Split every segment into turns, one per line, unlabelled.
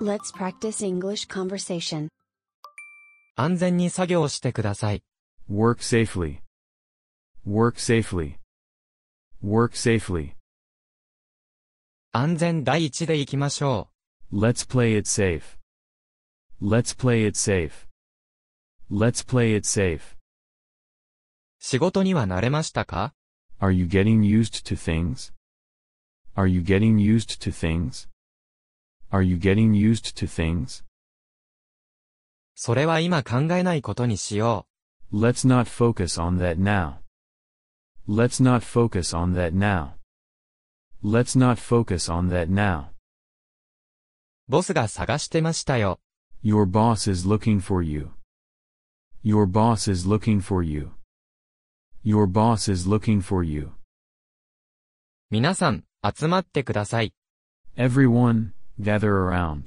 Let's practice English conversation.
安全に作業してください。
Work safely. Work safely. Work safely.
安全第一で行きましょ
Let's play it safe. Let's play it safe. Let's play it safe.
う。仕事には慣れましたか
Are you getting used to things? Are you getting used to things? Are you getting used to things?
それは今考えないことにしよ
Let's not focus on that now. Let's not focus on that now. Let's not focus on that now.
う。ボスが探してましたよ。
Your boss is looking for you. Your boss is looking for you. Your boss is looking for you.
皆さん、集まってください。
Everyone, gather around.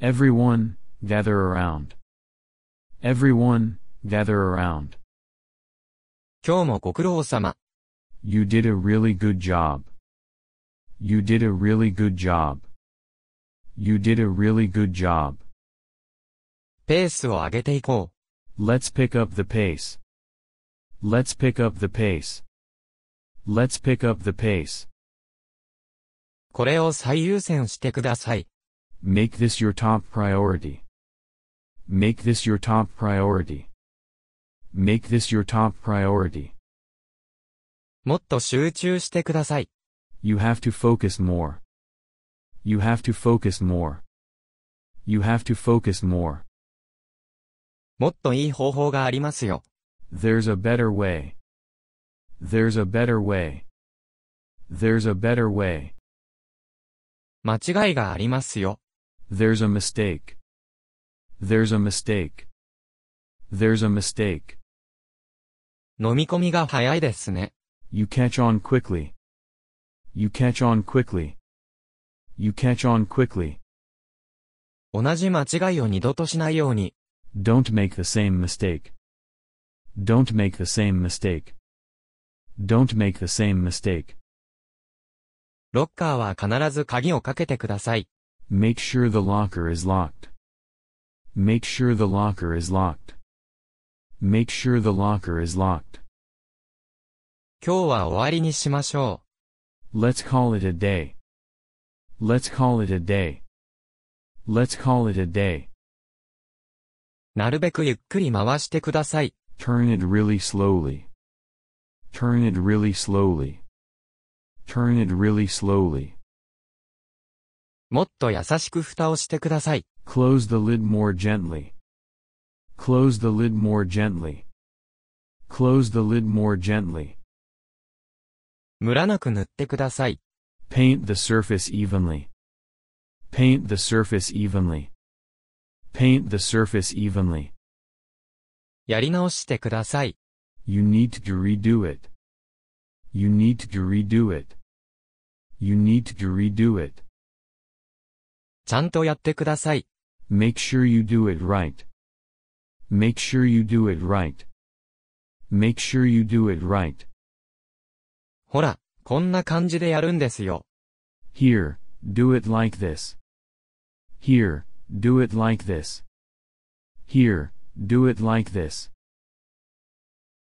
Everyone, gather around. Everyone, gather around.
今日もご苦労様。
You did a really good job. You did a really good job. You did a really good job.
ペースを上げていこ
Let's pick up the pace. Let's pick up the pace. Let's pick up the pace.
う。これを最優先してください。
Make this your top priority. Make this your top priority. Make this your top priority.
もっと集中してください。
You have to focus more. You have to focus more. You have to focus more.
もっといい方法がありますよ。
There's a better way. There's a better way. There's a better way.
間違いがありますよ。
There's a mistake. There's a mistake. There's a mistake.
飲み込みが早いですね。
You catch on quickly. You catch on quickly. You catch on quickly.
同じ間違いを二度としないように。
Don't make the same mistake. Don't make the same mistake. Don't make the same mistake.
ロッカーは必ず鍵をかけてください。
Make sure the locker is locked. Make sure the locker is locked. Make sure the locker is locked.
今日は終わりにしましょ
Let's call it a day. Let's call it a day. Let's call it a day.
う。なるべくゆっくり回してください。
Turn it really slowly. Turn it really slowly. Turn it really slowly.
もっと優しく蓋をしてください。
Close the lid more gently. Close the lid more gently. Close the lid more gently.
ムラなく塗ってください。
Paint the surface evenly. Paint the surface evenly. Paint the surface evenly.
やり直してください。
You need to redo it. You need to redo it. You need to redo it.
ちゃんとやってください。
Make sure you do it right. Make sure you do it right. Make sure you do it right.
ほら、こんな感じでやるんですよ。
Here, do it like this. Here, do it like this. Here, do it like this.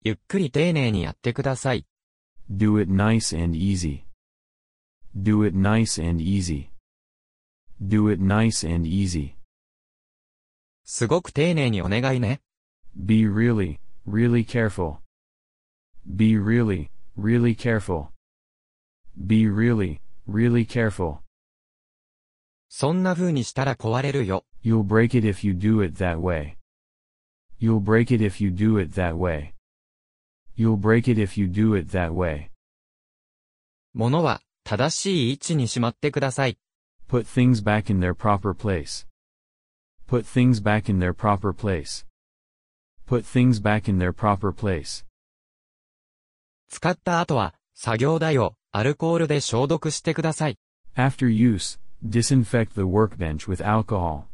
ゆっくり丁寧にやってください。
Do it nice and easy. Do it nice and easy. Do it nice and easy.
すごく丁寧にお願いね。
Be really, really careful. Be really, really careful. Be really, really careful.
そんな風にしたら壊れるよ。
You'll break it if you do it that way. You'll break it if you do it that way. You'll break it if you do it that way.
物は、正しい位置にしまってください。
Put things back in their proper place. Put things back in their proper place. Put things back in their proper place.
使った後は、作業台を、アルコールで消毒してください。
After use, disinfect the workbench with alcohol.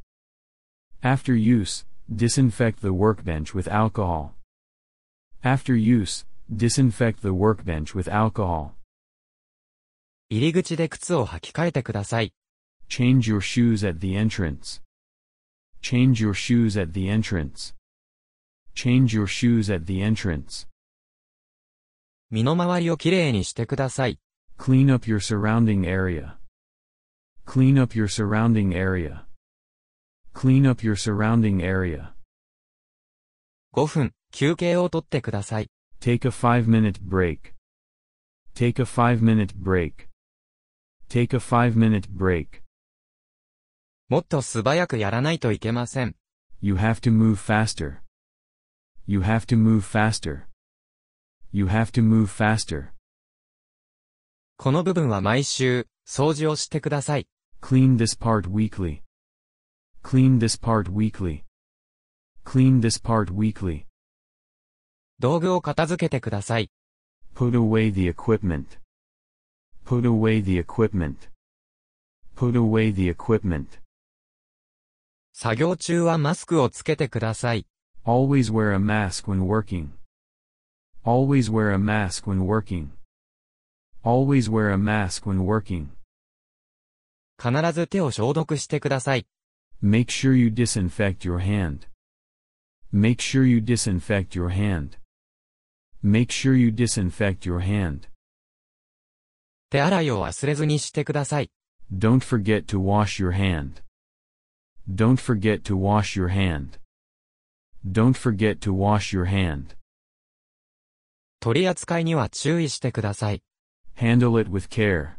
After use, disinfect the workbench with alcohol. After use, disinfect the workbench with alcohol.
入り口で靴を履き替えてください。
Change your shoes at the entrance. Change your shoes at the entrance. Change your shoes at the entrance.
身の回りをきれいにしてください。
Clean up your surrounding area. Clean up your surrounding area. Clean up your surrounding area.
5分、休憩をとってください。
Take a 5 minute break. Take a 5 minute break. Take a 5 minute break.
もっと素早くやらないといけません。
You have to move faster. You have to move faster. You have to move faster.
この部分は毎週、掃除をしてください。
Clean this part weekly. Clean this part weekly. Clean this part weekly.
道具を片付けてください。
Put away the equipment. Put away the equipment. Put away the equipment.
作業中はマスクをつけてください。
Always wear a mask when working. Always wear a mask when working. Always wear a mask when working.
必ず手を消毒してください。
Make sure you disinfect your hand. Make sure you disinfect your hand. Make sure you disinfect your hand.
手洗いを忘れずにしてください。
Don't forget to wash your hand. Don't forget to wash your hand. Don't forget to wash your hand.
取り扱いには注意してください。
Handle it with care.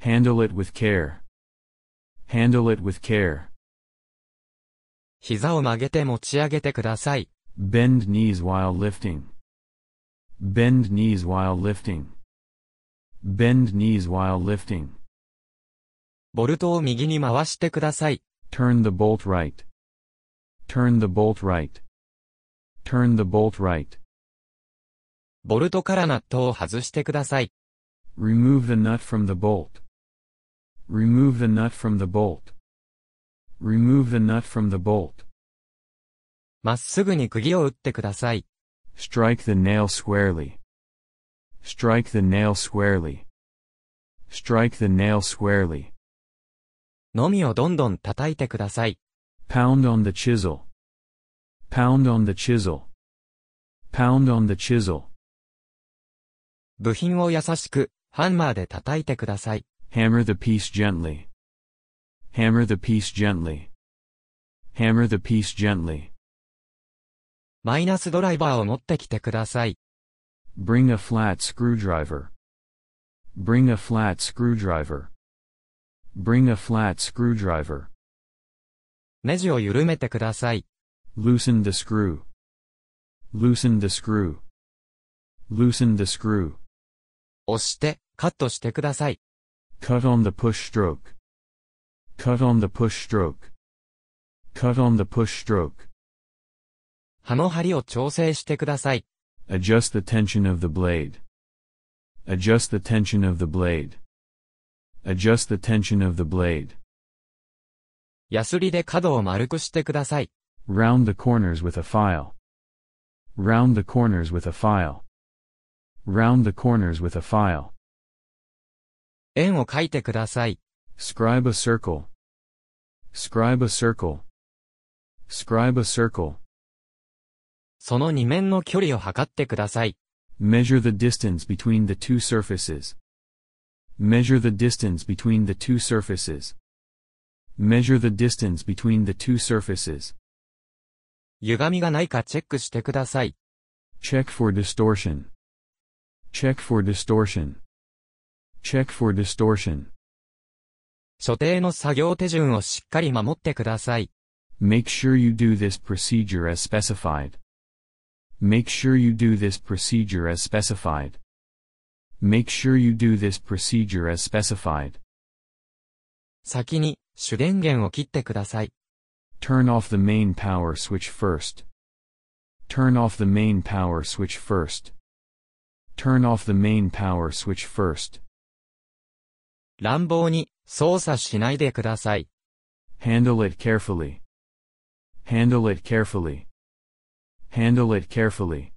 Handle it with care. Handle it with care.
膝を曲げて持ち上げてください。
Bend knees while lifting. Bend knees while lifting. Bend knees while lifting.
ボルトを右に回してください。
Turn the bolt right. Turn the bolt right. Turn the bolt right.
ボルトからナットを外してください。
Remove the nut from the bolt. Remove the nut from the bolt. Remove the nut from the bolt.
まっすぐに釘を打ってください。
Strike the nail squarely. Strike the nail squarely. Strike the nail squarely.
のみをどんどん叩いてください。
Pound on the chisel. Pound on the chisel. Pound on the chisel.
部品を優しく、ハンマーで叩いてください。
Hammer the piece gently. Hammer the piece gently. Hammer the piece gently.
マイナスドライバーを持ってきてください。
Bring a flat screwdriver. Bring a flat screwdriver. Bring a flat screwdriver.
ネジを緩めてください。
Loosen the screw. Loosen the screw. Loosen the screw.
押して、カットしてください。
Cut on the push stroke. Cut on the push stroke. Cut on the push stroke.
刃の針を調整してください。
Adjust the tension of the blade. Adjust the tension of the blade. Adjust the tension of the blade.
ヤスリで角を丸くしてください。
Round the corners with a file. Round the corners with a file. Round the corners with a file.
円を描いてください。
Scribe a circle. Scribe a circle. Scribe a circle.
その二面の距離を測ってください。
Measure the distance between the two surfaces. Measure the distance between the two surfaces. Measure the distance between the two surfaces.
歪みがないかチェックしてください。
Check for distortion. Check for distortion. Check for distortion.
所定の作業手順をしっかり守ってください。
Make sure you do this procedure as specified. Make sure you do this procedure as specified. Make sure you do this procedure as specified.
先に、主電源を切ってください。
Turn off the main power switch first. Turn off the main power switch first. Turn off the main power switch first.
乱暴に、操作しないでください。
Handle it carefully. Handle it carefully. Handle it carefully.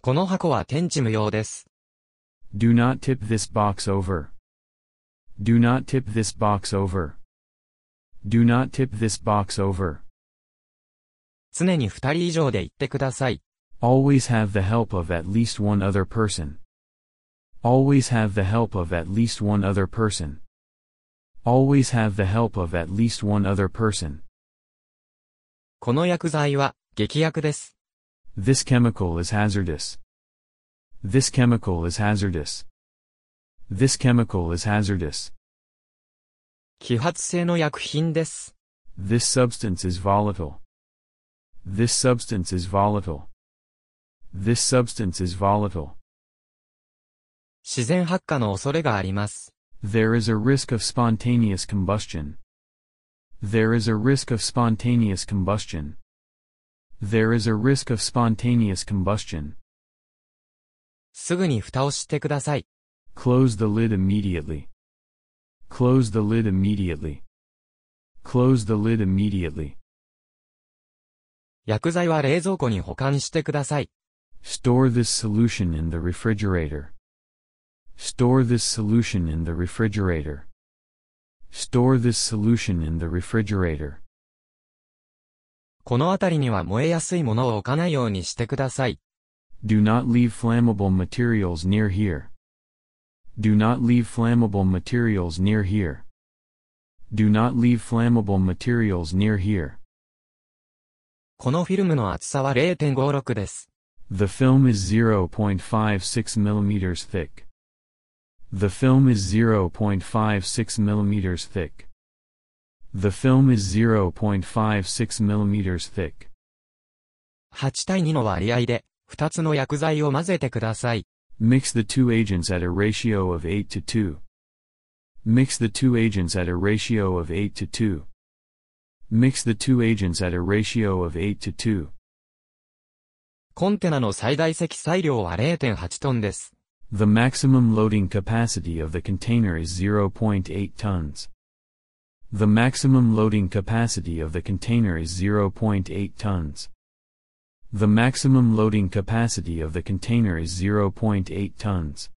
この箱は天地無用です。
Do not tip this box over. Do not tip this box over. Do not tip this box over.
常に二人以上で言ってください。
Always have the help of at least one other person. Always have the help of at least one other person. Always have the help of at least one other person.
この薬剤は、劇薬です。
This chemical is hazardous. This chemical is hazardous. This chemical is hazardous.
揮発性の薬品です。
This substance is volatile. This substance is volatile. This substance is volatile.
自然発火の恐れがあります。
There is a risk of spontaneous combustion. There is a risk of spontaneous combustion. There is a risk of spontaneous combustion.
すぐに蓋をしてください。
Close the lid immediately. Close the lid immediately. Close the lid immediately.
薬剤は冷蔵庫に保管してください。
Store this solution in the refrigerator. Store this solution in the refrigerator. Store this solution in the refrigerator.
この辺りには燃えやすいものを置かないようにしてください。
Do not leave flammable materials near here. Do not leave flammable materials near here. Do not leave flammable materials near here.
このフィルムの厚さは0.56です。
The film is 0.56 millimeters thick. The film is 0.56 millimeters thick. The film is 0.56 millimeters thick.
8対2の割合で、2つの薬剤を混ぜてください。
Mix the two agents at a ratio of 8 to 2. Mix the two agents at a ratio of 8 to 2. Mix the two agents at a ratio of 8 to 2.
コンテナの最大積載量は0.8トンです。
The maximum loading capacity of the container is 0.8 tons. The maximum loading capacity of the container is 0.8 tons. The maximum loading capacity of the container is 0.8 tons.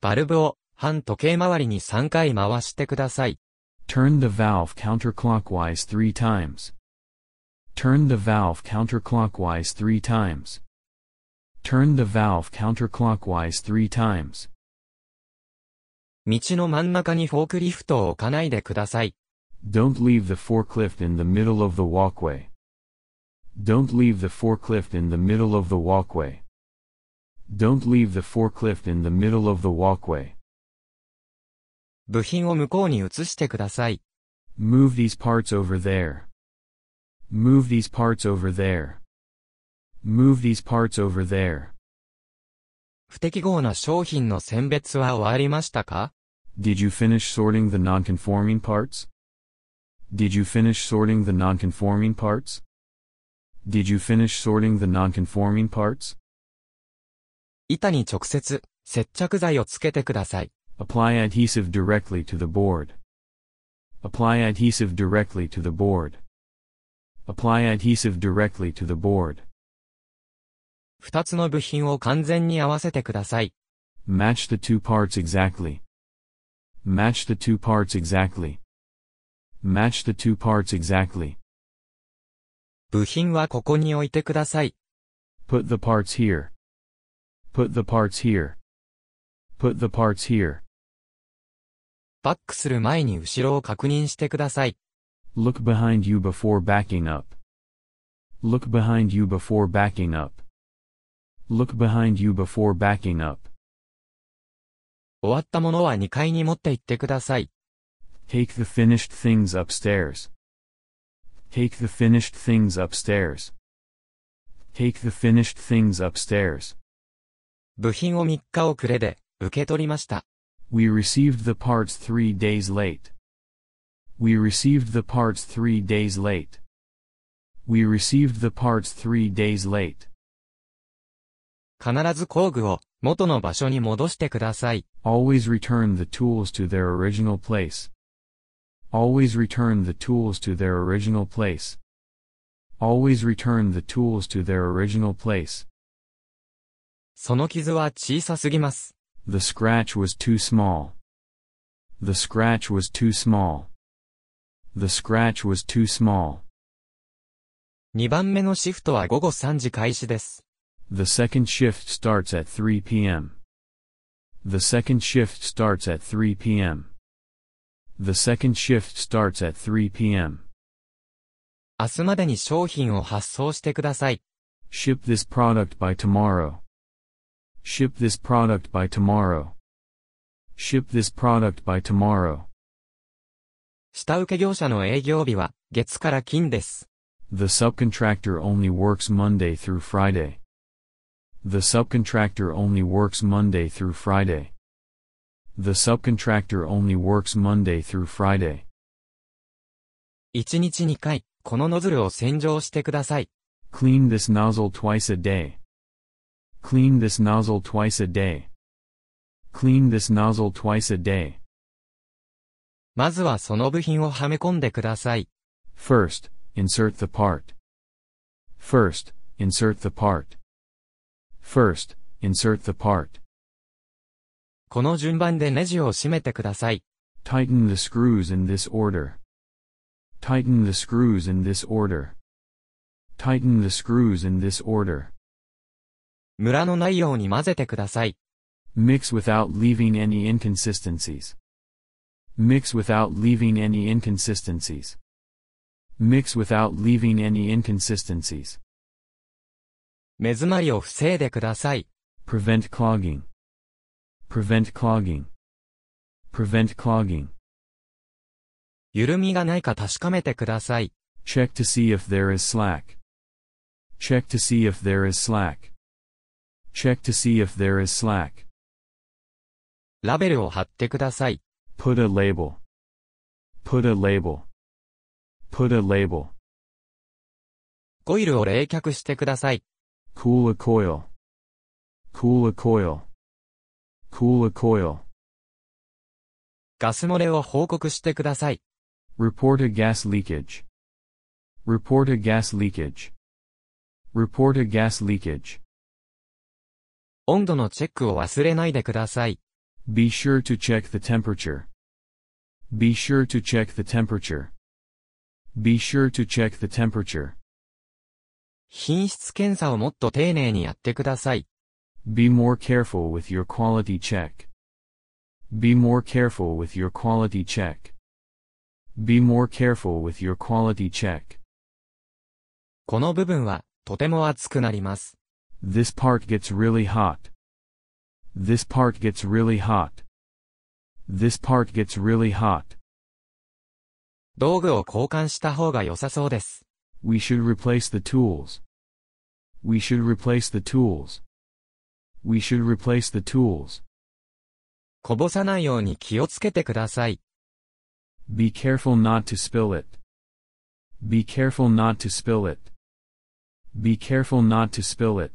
バルブを、半時計回りに3回回してください。
Turn the valve counterclockwise three times. Turn the valve counterclockwise three times. Turn the valve counterclockwise three times.
道の真ん中にフォークリフトを置かないでください。
Don't leave the forklift in the middle of the walkway. Don't leave the forklift in the middle of the walkway. Don't leave the forklift in the middle of the walkway.
部品を向こうに移してください。
Move these parts over there. Move these parts over there. Move these parts over there.
不適合な商品の選別は終わりましたか
Did you finish sorting the nonconforming parts? Did you finish sorting the nonconforming parts? Did you finish sorting the nonconforming parts?
板に直接、接着剤をつけてください。
Apply adhesive directly to the board. Apply adhesive directly to the board. Apply adhesive directly to the board.
二つの部品を完全に合わせてください。
Match the two parts exactly. Match the two parts exactly. Match the two parts exactly.
部品はここに置いてください。
Put the parts here. Put the parts here. Put the parts here.
バックする前に後ろを確認してください。
Look behind you before backing up. Look behind you before backing up. Look behind you before backing up.
終わったものは2階に持って行ってください。
Take the finished things upstairs. Take the finished things upstairs. Take the finished things upstairs.
部品を3日遅れで、受け取りました。
We received the parts three days late. We received the parts three days late. We received the parts three days late.
必ず工具を、元の場所に戻してください。
Always return the tools to their original place. Always return the tools to their original place. Always return the tools to their original place.
その傷は小さすぎます。
The scratch was too small. The scratch was too small. The scratch was too small.
2番目のシフトは午後3時開始です。
The second shift starts at 3 p.m. The second shift starts at 3 p.m. The second shift starts at 3 p.m.
明日までに商品を発送してください。
Ship this product by tomorrow. Ship this product by tomorrow. Ship this product by tomorrow.
下請け業者の営業日は月から金です。
The subcontractor only works Monday through Friday. The subcontractor only works Monday through Friday. The subcontractor only works Monday through Friday.
1日2回、このノズルを洗浄してください。
Clean this nozzle twice a day. Clean this nozzle twice a day. Clean this nozzle twice a day.
まずはその部品をはめ込んでください。
First, insert the part. First, insert the part. First, insert the part.
この順番でネジを締めてください。
Tighten the screws in this order. Tighten the screws in this order. Tighten the screws in this order.
ムラのないように混ぜてください。
Mix without leaving any inconsistencies. Mix without leaving any inconsistencies. Mix without leaving any inconsistencies.
目詰まりを防いでください。
Prevent clogging. Prevent clogging. Prevent clogging.
緩みがないか確かめてください。
Check to see if there is slack. Check to see if there is slack. Check to see if there is slack.
ラベルを貼ってください。
Put a label. Put a label. Put a label.
コイルを冷却してください。
Cool a coil. Cool a coil. Cool a coil.
ガス漏れを報告してください。
Report a gas leakage. Report a gas leakage. Report a gas leakage.
温度のチェックを忘れないでください。
Be sure to check the temperature. Be sure to check the temperature. Be sure to check the temperature.
品質検査をもっと丁寧にやってください。
Be more careful with your quality check. Be more careful with your quality check. Be more careful with your quality check.
この部分は、とても熱くなります。
This part gets really hot. This part gets really hot. This part gets really hot.
道具を交換した方が良さそうです。
We should replace the tools. We should replace the tools. We should replace the tools.
こぼさないように気をつけてください。
Be careful not to spill it. Be careful not to spill it. Be careful not to spill it.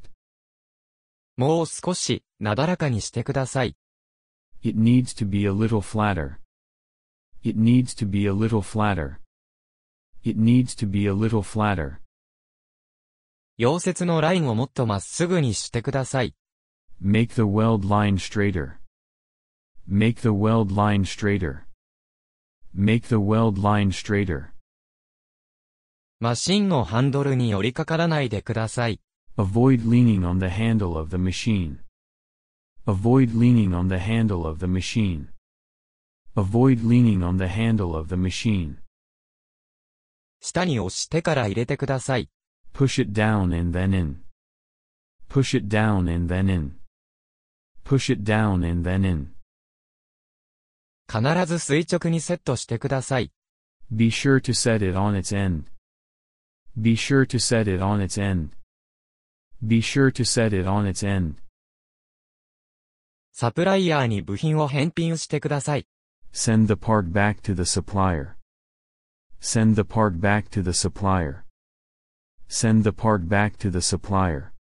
もう少し、なだらかにしてください。
It needs to be a little flatter. It needs to be a little flatter. It needs to be a little flatter.
溶接のラインをもっとまっすぐにしてください。
Make the weld line straighter. Make the weld line straighter. Make the weld line straighter.
マシンのハンドルに寄りかからないでください。
Avoid leaning on the handle of the machine. Avoid leaning on the handle of the machine. Avoid leaning on the handle of the machine.
下に押してから入れてください。
Push it down and then in. Push it down and then in. Push it down and then in.
必ず垂直にセットしてください。
Be sure to set it on its end. Be sure to set it on its end. Be sure to set it on its end.
サプライヤーに部品を返品してください。
Send the part back to the supplier. Send the part back to the supplier. Send the part back to the supplier.